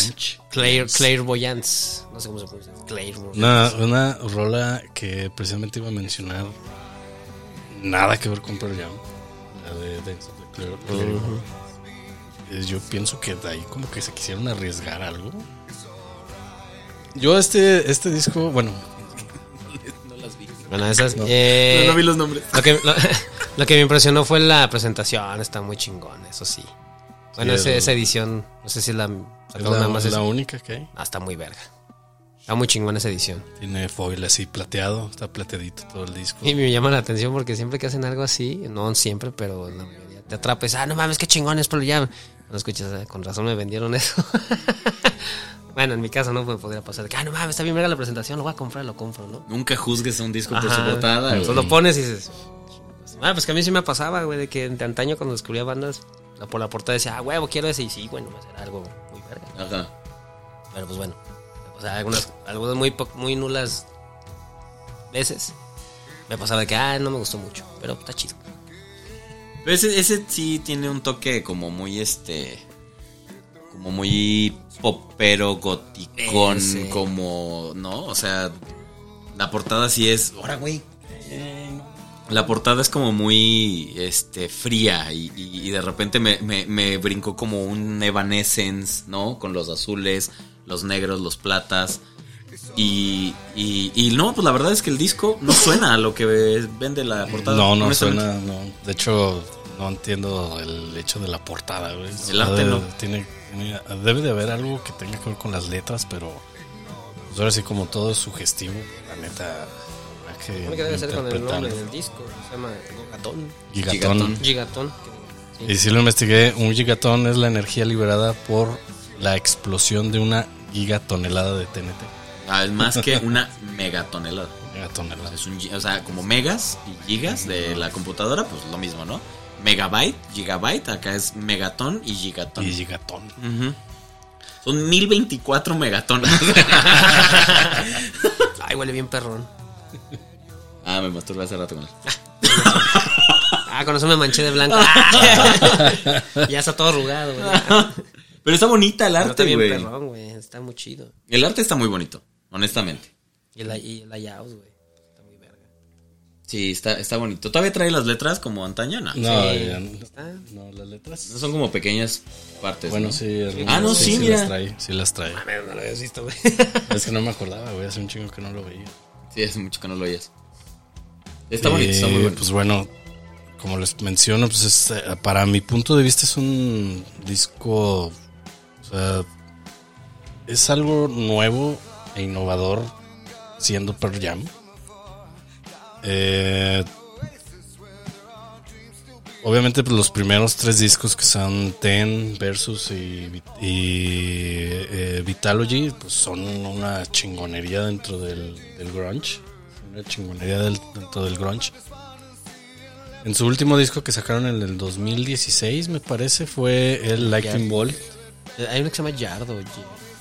Speaker 3: Voyants.
Speaker 1: Clair, Clairvoyants. No sé cómo se pronuncia. Clairvoyants.
Speaker 3: Una, una rola que precisamente iba a mencionar. Nada que ver con Pearl Jam. La de Dance of the Clair- Clairvoyants. Eh, Yo pienso que de ahí como que se quisieron arriesgar algo. Yo este, este disco, bueno,
Speaker 1: Bueno, esas.
Speaker 3: No.
Speaker 1: eh,
Speaker 2: No, no vi los nombres.
Speaker 1: Lo que, lo, [laughs] lo que me impresionó fue la presentación, está muy chingón, eso sí. Bueno,
Speaker 3: Sí,
Speaker 1: ese-
Speaker 3: el-
Speaker 1: esa edición, no sé si la
Speaker 3: Es
Speaker 1: sacaron
Speaker 3: la,
Speaker 1: nada más.
Speaker 3: es
Speaker 1: es-
Speaker 3: la única que hay.
Speaker 1: Ah, está muy verga. Está muy chingón esa edición. [laughs]
Speaker 3: Tiene foil así plateado, está plateadito todo el disco.
Speaker 1: Y me llama la atención porque siempre que hacen algo así, no siempre, pero la mayoría te atrapes. Ah, no mames, qué chingón es Pearl Jam. No escuchas, "Ah, con razón me vendieron eso. [laughs] bueno, en mi casa no me podría pasar. de que, Ah, no mames, está bien verga la presentación, lo voy a comprar, lo compro, ¿no?
Speaker 2: Nunca juzgues a un disco por su
Speaker 1: Ajá.
Speaker 2: portada,
Speaker 1: Pues
Speaker 2: güey.
Speaker 1: lo pones y dices. Ah, pues que a mí sí me pasaba, güey, de que de antaño cuando descubría bandas, la- por la portada decía, ah, huevo, quiero ese. Y sí, güey, nomás era algo muy verga.
Speaker 2: Ajá.
Speaker 1: Pero pues bueno. O sea, algunas, algunas muy, po- muy nulas veces me pasaba de que, ah, no me gustó mucho, pero está chido.
Speaker 2: Pero ese, ese sí tiene un toque como muy este. Como muy popero, goticón,
Speaker 1: Ese.
Speaker 2: como. ¿No? O sea, la portada sí es. Ahora, güey. La portada es como muy este, fría y, y- y de repente me, me- me brincó como un Evanescence, ¿no? Con los azules, los negros, los platas. Y, y- y no, pues la verdad es que el disco no suena a lo que vende la portada.
Speaker 3: No, no
Speaker 2: honestamente.
Speaker 3: suena, no. De hecho, no entiendo el hecho de la portada, güey.
Speaker 2: El arte no.
Speaker 3: Tiene, tiene- debe de haber algo que tenga que ver con las letras, pero pues ahora sí como todo es sugestivo, la neta. habrá que
Speaker 1: que debe ser con el
Speaker 3: interpretarlo.
Speaker 1: nombre del disco? Se llama Gigatón.
Speaker 3: Gigatón.
Speaker 2: Gigatón.
Speaker 1: Gigatón.
Speaker 3: Y si lo investigué, un gigatón es la energía liberada por la explosión de una gigatonelada de TNT.
Speaker 2: Ah, es más
Speaker 3: [laughs]
Speaker 2: que una megatonelada.
Speaker 3: Gigatonelada.
Speaker 2: Es un, gi- o sea, como megas y gigas de la computadora, pues lo mismo, ¿no? Megabyte, gigabyte, acá es megatón y gigatón. Ah,
Speaker 3: Y gigatón.
Speaker 2: Ujú. Son 1024 megatonas.
Speaker 3: [laughs]
Speaker 1: Ay, huele bien perrón.
Speaker 2: ah, me masturbé hace rato con él.
Speaker 1: Ah, con eso me manché de
Speaker 2: [laughs]
Speaker 1: blanco. [laughs] Ah. ya está todo arrugado, güey.
Speaker 2: Pero está bonita el
Speaker 1: Pero está
Speaker 2: arte,
Speaker 1: bien
Speaker 2: Ah, güey.
Speaker 1: perrón, güey. Está muy chido.
Speaker 2: El arte está muy bonito, honestamente.
Speaker 1: Y el, y el layout, güey. Está muy verga.
Speaker 2: Sí, está, está bonito. ¿Todavía trae las letras como antaño? No.
Speaker 3: No, eh.
Speaker 1: Sí.
Speaker 3: ya no,
Speaker 1: Está.
Speaker 3: no, las letras.
Speaker 2: No Son como pequeñas partes.
Speaker 3: Bueno,
Speaker 2: ¿no?
Speaker 3: sí.
Speaker 2: Ah, no,
Speaker 3: algunas
Speaker 2: sí,
Speaker 3: sí
Speaker 2: mira.
Speaker 3: las trae. Sí las trae.
Speaker 1: Mames, no lo habías visto, güey.
Speaker 3: Es que no me acordaba, güey. Hace un chingo que no lo veía.
Speaker 2: Sí, hace mucho que no lo oyes. Está bonito, está muy
Speaker 3: Eh,
Speaker 2: bonito.
Speaker 3: Pues bueno, como les menciono, pues es, eh, para mi punto de vista es un disco. O sea, es algo nuevo e innovador siendo Pearl Jam. Eh, obviamente, pues, los primeros tres discos que son Ten, Versus y, Vit- y, eh, Vitalogy, pues son una chingonería dentro del, del grunge. Una chingonería del- dentro del grunge. En su último disco que sacaron en el 2016, me parece, fue el Lightning Ball.
Speaker 1: Eh, [laughs] Hay uno que se llama Yardo. G- G-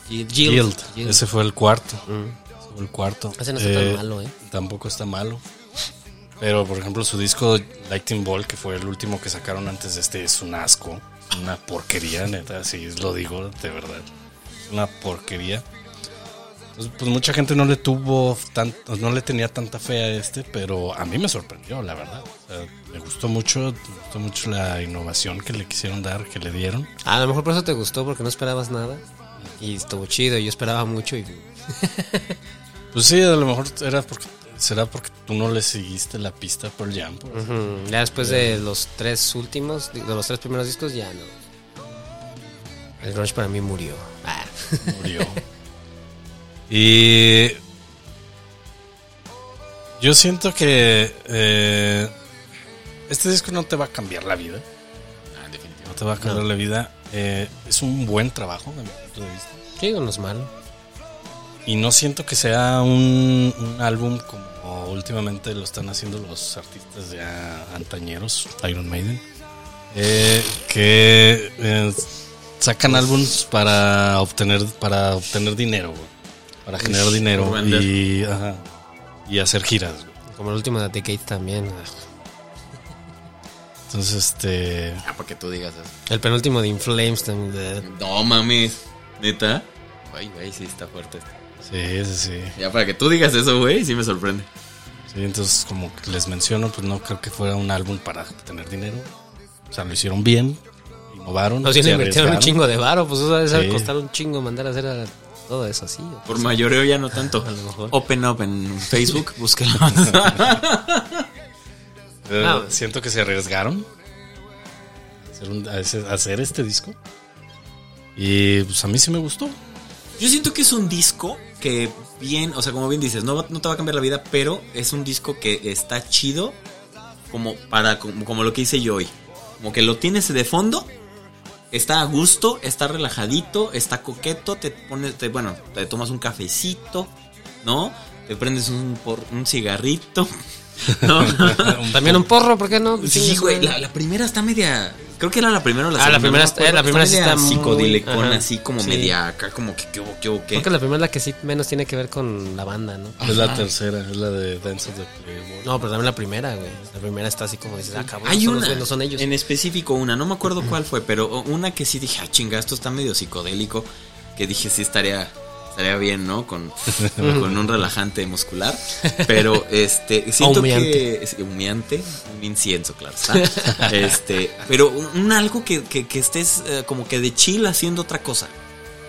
Speaker 1: Yield.
Speaker 3: Guild.
Speaker 1: Yield.
Speaker 3: Ese fue el cuarto.
Speaker 1: Mm.
Speaker 3: Ese fue el cuarto.
Speaker 1: Ese no está tan
Speaker 3: Eh,
Speaker 1: malo, ¿eh?
Speaker 3: Tampoco está malo. Pero, por ejemplo, su disco Lightning Ball, que fue el último que sacaron antes de este, es un asco. Es Una porquería, neta. Sí, lo digo de verdad. Es una porquería. Entonces, pues mucha gente no le tuvo tanto, no le tenía tanta fe a este, pero a mí me sorprendió, la verdad. O sea, me gustó mucho, me gustó mucho la innovación que le quisieron dar, que le dieron.
Speaker 1: Ah, A lo mejor por eso te gustó, porque no esperabas nada. Y estuvo chido, yo esperaba mucho. Y...
Speaker 3: Pues sí, a lo mejor era porque será porque tú no le seguiste la pista por Jam.
Speaker 1: [laughs]
Speaker 3: pues.
Speaker 1: Ujú. Ya después de los tres últimos, de los tres primeros discos, ya no. El grunge para mí murió. Ah. [laughs]
Speaker 3: murió. Y yo siento que eh, este disco no te va a cambiar la vida.
Speaker 2: Ah, en definitiva.
Speaker 3: No te va a cambiar la vida. Eh, es un buen trabajo, de mi punto de vista.
Speaker 1: Sí, no es malo.
Speaker 3: Y no siento que sea un, un álbum como últimamente lo están haciendo los artistas ya antañeros, Iron Maiden, eh, que eh, sacan álbums para obtener, para obtener dinero, güey, para generar dinero
Speaker 2: vender.
Speaker 3: y, ajá, y hacer giras. güey.
Speaker 1: Como el último de Decade también. ah.
Speaker 3: Entonces, este,
Speaker 4: Ah, porque tú digas eso.
Speaker 1: El penúltimo de Inflames también. de-
Speaker 2: No mames, neta. Ay, güey, sí está fuerte. este. esto.
Speaker 3: sí, sí, sí.
Speaker 2: Ya para que tú digas eso, güey, sí me sorprende.
Speaker 3: Sí, entonces como que les menciono, pues no creo que fuera un álbum para obtener dinero. O sea, lo hicieron bien, innovaron.
Speaker 1: No, si
Speaker 3: se
Speaker 1: no invirtieron un
Speaker 3: arriesgaron.
Speaker 1: chingo de varo, pues eso debe
Speaker 3: Sí.
Speaker 1: costar un chingo mandar a hacer a todo eso, sí. yo
Speaker 2: Por mayoreo ya no tanto.
Speaker 1: A lo mejor.
Speaker 2: Open up en Facebook, [laughs] búsquenlo.
Speaker 3: Eh,
Speaker 1: Ah.
Speaker 3: siento que se arriesgaron a hacer, un- a ese- a hacer este disco. Y pues a mí sí me gustó.
Speaker 2: Yo siento que es un disco que bien, o sea, como bien dices, no, va- no te va a cambiar la vida, pero es un disco que está chido como para como, como lo que hice yo hoy. Como que lo tienes de fondo, está a gusto, está relajadito, está coqueto, te pones, te, bueno, te tomas un cafecito, ¿no? Te prendes un, por, un cigarrito, ¿no?
Speaker 1: También un porro, ¿por qué no?
Speaker 2: pues Sí, güey, la, la primera está media. Creo que era la primera o la
Speaker 1: Ah, la
Speaker 2: segunda,
Speaker 1: primera
Speaker 2: no me
Speaker 1: está-
Speaker 2: acuerdo,
Speaker 1: la primera sí
Speaker 2: media
Speaker 1: está muy-
Speaker 2: psicodilecona,
Speaker 1: ajá,
Speaker 2: así como
Speaker 1: sí.
Speaker 2: media acá, como que qué hubo, qué hubo, qué.
Speaker 1: Creo que la primera es la que sí menos tiene que ver con la banda, ¿no?
Speaker 3: [laughs] Es la tercera, es la de Dance of the Playboy.
Speaker 1: No, pero también la primera, güey. La primera está así como dices, ah, cabrón,
Speaker 2: Hay
Speaker 1: son los
Speaker 2: una,
Speaker 1: güey, no son ellos.
Speaker 2: en específico una, no me acuerdo cuál fue, pero una que sí dije, ah, chinga, esto está medio psicodélico, que dije, sí estaría, estaría bien,
Speaker 1: [laughs]
Speaker 2: ¿no? Con, con un relajante muscular, pero este, siento que
Speaker 1: Humeante.
Speaker 2: es humeante, un incienso, claro, está. [laughs] este, pero un, un algo que, que- que estés eh, como que de chill haciendo otra cosa.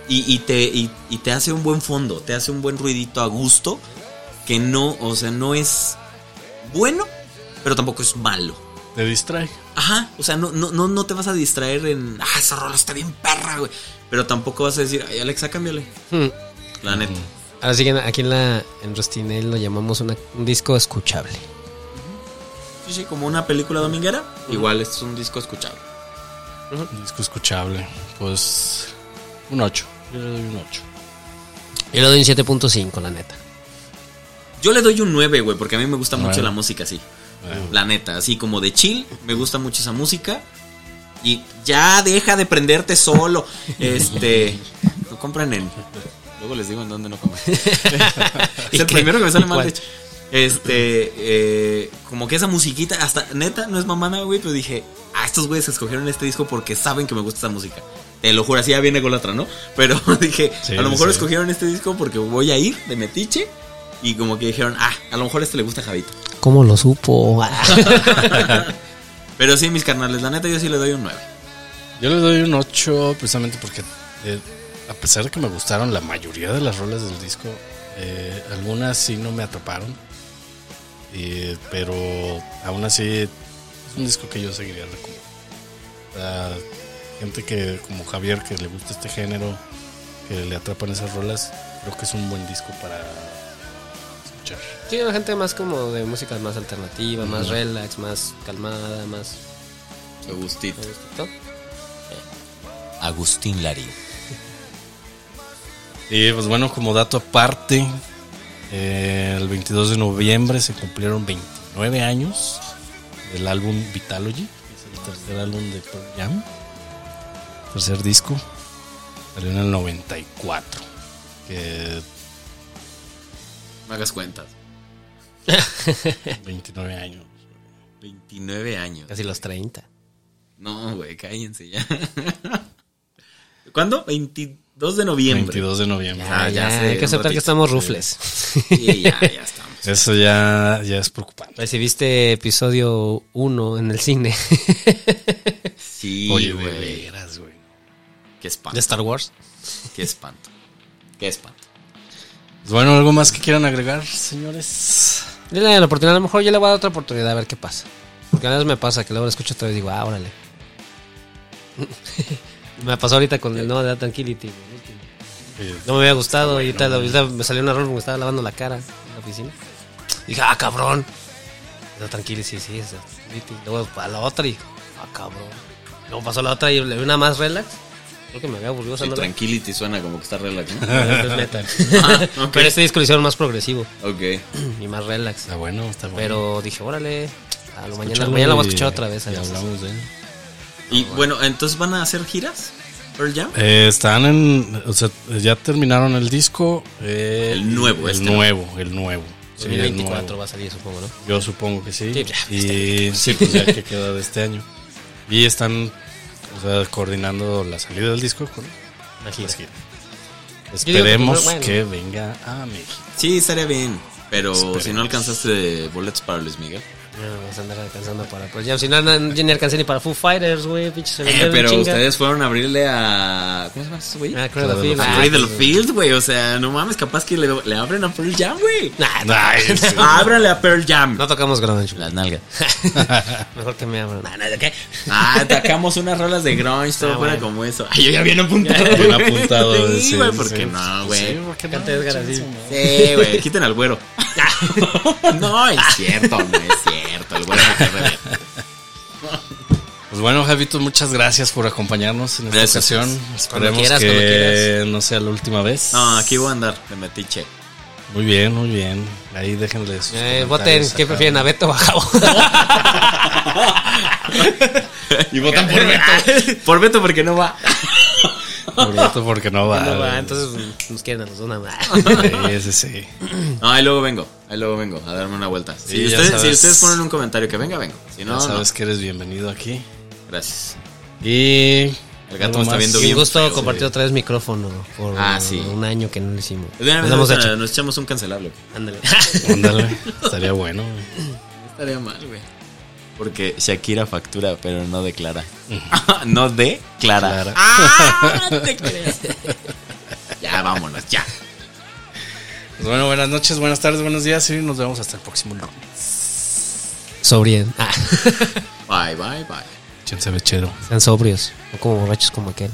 Speaker 2: Y, y te, y- y te hace un buen fondo, te hace un buen ruidito a gusto, que no, o sea, no es bueno, pero tampoco es malo.
Speaker 3: Te distrae.
Speaker 2: Ajá, o sea, no, no, no, no te vas a distraer en, ah, esa rola está bien perra, güey. Pero tampoco vas a decir, ay, Alexa, cámbiale.
Speaker 1: Hmm.
Speaker 2: La neta.
Speaker 1: Ahora sí que aquí en la en Rustinel lo llamamos una- un disco escuchable.
Speaker 2: Sí, sí, como una película dominguera, igual es un disco escuchable.
Speaker 3: Un disco escuchable. Pues un 8. Yo le doy un 8.
Speaker 1: Yo le doy un 7.5, la neta.
Speaker 2: Yo le doy un 9, güey, porque a mí me gusta mucho
Speaker 3: Nueve.
Speaker 2: la música así. La neta, así como de chill, me gusta mucho esa música. Y ya deja de
Speaker 1: [laughs]
Speaker 2: prenderte solo. este. Lo compran en. Luego les digo en dónde no [laughs] compran. es el
Speaker 1: ¿Y qué?
Speaker 2: primero que me sale
Speaker 1: ¿Y
Speaker 2: mal, de
Speaker 1: cuál?
Speaker 2: hecho. Este. eh, como que esa musiquita, hasta neta, no es mamada, güey, pero dije, ah, estos güeyes escogieron este disco porque saben que me gusta esa música. Te lo juro, así ya viene con la otra, ¿no? Pero [laughs] dije,
Speaker 3: Sí,
Speaker 2: a lo mejor
Speaker 3: sí.
Speaker 2: escogieron este disco porque voy a ir de metiche. Y como que dijeron, ah, a lo mejor este le gusta a Javito.
Speaker 1: ¿Cómo lo
Speaker 2: [laughs]
Speaker 1: supo? [laughs] Ah.
Speaker 2: Pero sí, mis carnales, la neta yo sí le doy un 9.
Speaker 3: Yo le doy un 8 precisamente porque eh, a pesar de que me gustaron la mayoría de las rolas del disco, eh, algunas sí no me atraparon. Eh, pero aún así es un disco que yo seguiría recomendando. Para gente que como Javier que le gusta este género, que le atrapan esas rolas, creo que es un buen disco para escuchar.
Speaker 1: Tiene una gente más como de música más alternativa, más relax, más calmada, más...
Speaker 4: Agustín.
Speaker 1: me gustó.
Speaker 4: Agustín Lari.
Speaker 3: Y pues bueno, como dato aparte, eh, el 22 de noviembre se cumplieron 29 años del álbum Vitalogy, que es el tercer álbum de Pearl Jam, tercer disco, salió en el 94.
Speaker 2: [laughs]
Speaker 3: Que
Speaker 2: No hagas cuentas.
Speaker 3: 29 años.
Speaker 2: 29 años.
Speaker 1: Casi los 30.
Speaker 2: No, güey, cállense ya. [laughs] ¿Cuándo? 22 de noviembre.
Speaker 3: 22 de noviembre.
Speaker 2: Ah, ya sé,
Speaker 1: hay
Speaker 2: un
Speaker 1: que aceptar
Speaker 2: ratito.
Speaker 1: que estamos rufles.
Speaker 2: Sí, ya, ya estamos.
Speaker 3: Eso ya, ya es preocupante.
Speaker 1: Recibiste episodio 1 en el cine.
Speaker 2: Sí,
Speaker 3: [laughs] de
Speaker 2: güey.
Speaker 3: veras, güey.
Speaker 2: Qué
Speaker 1: ¿De
Speaker 2: espanto.
Speaker 1: Star Wars?
Speaker 2: Qué espanto. Qué espanto.
Speaker 3: Pues bueno, ¿algo más que quieran agregar, señores?
Speaker 1: Dile la oportunidad, a lo mejor yo le voy a dar otra oportunidad a ver qué pasa. Porque a veces me pasa que luego lo escucho otra vez y digo, ah, órale. [laughs] me pasó ahorita con el no de That Tranquility. güey, el último.
Speaker 3: Eh,
Speaker 1: No me había gustado y tal, ahorita me salió un error porque me estaba lavando la cara en la oficina. Dije, ah, cabrón. No, tranquilo, sí, sí, es That Tranquility. Luego a la otra y, ah, cabrón. Luego pasó la otra y le vi una más relax. Creo que me había aburrido. o sea,
Speaker 4: Sí,
Speaker 1: no [laughs] la-
Speaker 4: Tranquility suena como que está relax, ¿no?
Speaker 1: [laughs] es metal.
Speaker 2: [laughs] Ah, ok.
Speaker 1: Pero este disco lo hicieron más progresivo
Speaker 4: Ok.
Speaker 1: y más relax.
Speaker 3: Está bueno, está bueno.
Speaker 1: Pero dije, órale, a lo mañana,
Speaker 3: Escúchalo
Speaker 1: mañana lo voy a
Speaker 3: y-
Speaker 1: escuchar otra vez.
Speaker 3: y
Speaker 1: entonces.
Speaker 3: hablamos de él.
Speaker 2: Y bueno, entonces van a hacer giras. Pearl Jam.
Speaker 3: Eh, están en. O sea, ya terminaron el disco. eh,
Speaker 2: El nuevo,
Speaker 3: El
Speaker 2: este, ¿no?
Speaker 3: nuevo, el nuevo. Sí, el
Speaker 1: 2024
Speaker 3: nuevo.
Speaker 1: va a salir, supongo, ¿no?
Speaker 3: Yo supongo que sí.
Speaker 1: Sí, ya, este
Speaker 3: y sí, pues ya que queda de este año. Y están o sea, coordinando la salida del disco con
Speaker 1: Una gira.
Speaker 3: las giras.
Speaker 1: digo que
Speaker 3: Esperemos
Speaker 1: primero, bueno.
Speaker 3: que venga a México. [laughs]
Speaker 2: Sí, estaría bien. Pero
Speaker 3: Esperemos.
Speaker 2: si no alcanzaste boletos para Luis Miguel.
Speaker 1: No, vamos a andar alcanzando para Pearl Jam. Si no, no, yo ni alcancé ni para Foo Fighters, güey. Pinche, se
Speaker 2: Eh,
Speaker 1: vendieron
Speaker 2: pero
Speaker 1: chinga.
Speaker 2: ustedes fueron a abrirle a. ¿Cómo se llama ese güey?
Speaker 1: Ah, Cradle of Field.
Speaker 2: A
Speaker 1: Ah,
Speaker 2: Cradle
Speaker 1: sí.
Speaker 2: of Field, güey. O sea, no mames, capaz que le, le abren a Pearl Jam, güey.
Speaker 1: Nah, no,
Speaker 3: Ay, sí.
Speaker 2: Ábrale a Pearl Jam.
Speaker 1: no tocamos grunge.
Speaker 2: Las nalgas.
Speaker 1: Mejor que me abran.
Speaker 2: Ah, atacamos unas rolas de grunge, todo
Speaker 1: Ah,
Speaker 2: fuera
Speaker 1: bueno.
Speaker 2: como eso. Ay, yo ya bien apuntado.
Speaker 3: Bien
Speaker 2: güey.
Speaker 3: apuntado,
Speaker 2: Sí,
Speaker 3: sí,
Speaker 2: güey,
Speaker 3: sí,
Speaker 2: ¿por qué
Speaker 3: sí.
Speaker 2: no, güey?
Speaker 1: Canta Edgar así.
Speaker 2: Sí, güey, quiten al güero. No, es cierto, no es cierto. El güero me cae re bien.
Speaker 3: Pues bueno, Javito, muchas gracias por acompañarnos en esta
Speaker 2: Gracias.
Speaker 3: ocasión. Esperemos
Speaker 1: quieras,
Speaker 3: que
Speaker 1: cuando quieras.
Speaker 3: no sea la última vez.
Speaker 2: No, aquí voy a andar de metiche.
Speaker 3: Muy bien, muy bien. Ahí déjenle sus
Speaker 1: Eh,
Speaker 3: comentarios
Speaker 1: voten,
Speaker 3: acá.
Speaker 1: ¿qué prefieren?
Speaker 3: [laughs]
Speaker 1: ¿A Beto o a Javo?
Speaker 2: [laughs] Y votan por Beto. [laughs] Por Beto porque no va.
Speaker 3: Por Beto, porque no va.
Speaker 1: No, va, entonces nos quieren a los dos nada
Speaker 2: [laughs]
Speaker 1: más.
Speaker 3: Sí, sí, sí.
Speaker 2: No, ahí luego vengo. Ahí luego vengo a darme una vuelta. Si,
Speaker 3: Sí, ya
Speaker 2: ustedes,
Speaker 3: sabes.
Speaker 2: si ustedes ponen un comentario que venga, vengo. Si no,
Speaker 3: ya
Speaker 2: no.
Speaker 3: sabes que eres bienvenido aquí.
Speaker 2: Gracias.
Speaker 3: Y.
Speaker 2: El gato
Speaker 3: ¿algo
Speaker 2: me está
Speaker 3: más?
Speaker 2: viendo
Speaker 1: Un
Speaker 2: bien.
Speaker 1: gusto
Speaker 2: feo,
Speaker 1: compartir otra vez micrófono por
Speaker 2: Ah, sí.
Speaker 1: un año que no lo hicimos.
Speaker 2: güey. De una
Speaker 1: Nos
Speaker 2: vez
Speaker 1: hemos
Speaker 2: nos,
Speaker 1: hecho.
Speaker 2: nos echamos un cancelable.
Speaker 1: Ándale. [laughs]
Speaker 3: Ándale, estaría bueno. güey.
Speaker 2: No estaría mal, güey. Porque Shakira factura, pero no declara. [laughs] no declara.
Speaker 3: Clara.
Speaker 2: ¡Ah! [laughs] Te crees. ya, vámonos, ya.
Speaker 3: Pues bueno, buenas noches, buenas tardes, buenos días y nos vemos hasta el próximo lunes.
Speaker 1: Sobrien.
Speaker 2: [laughs]
Speaker 1: Ah,
Speaker 2: Bye, bye, bye.
Speaker 3: Chense Bechero.
Speaker 1: sean sobrios, no como borrachos como aquel.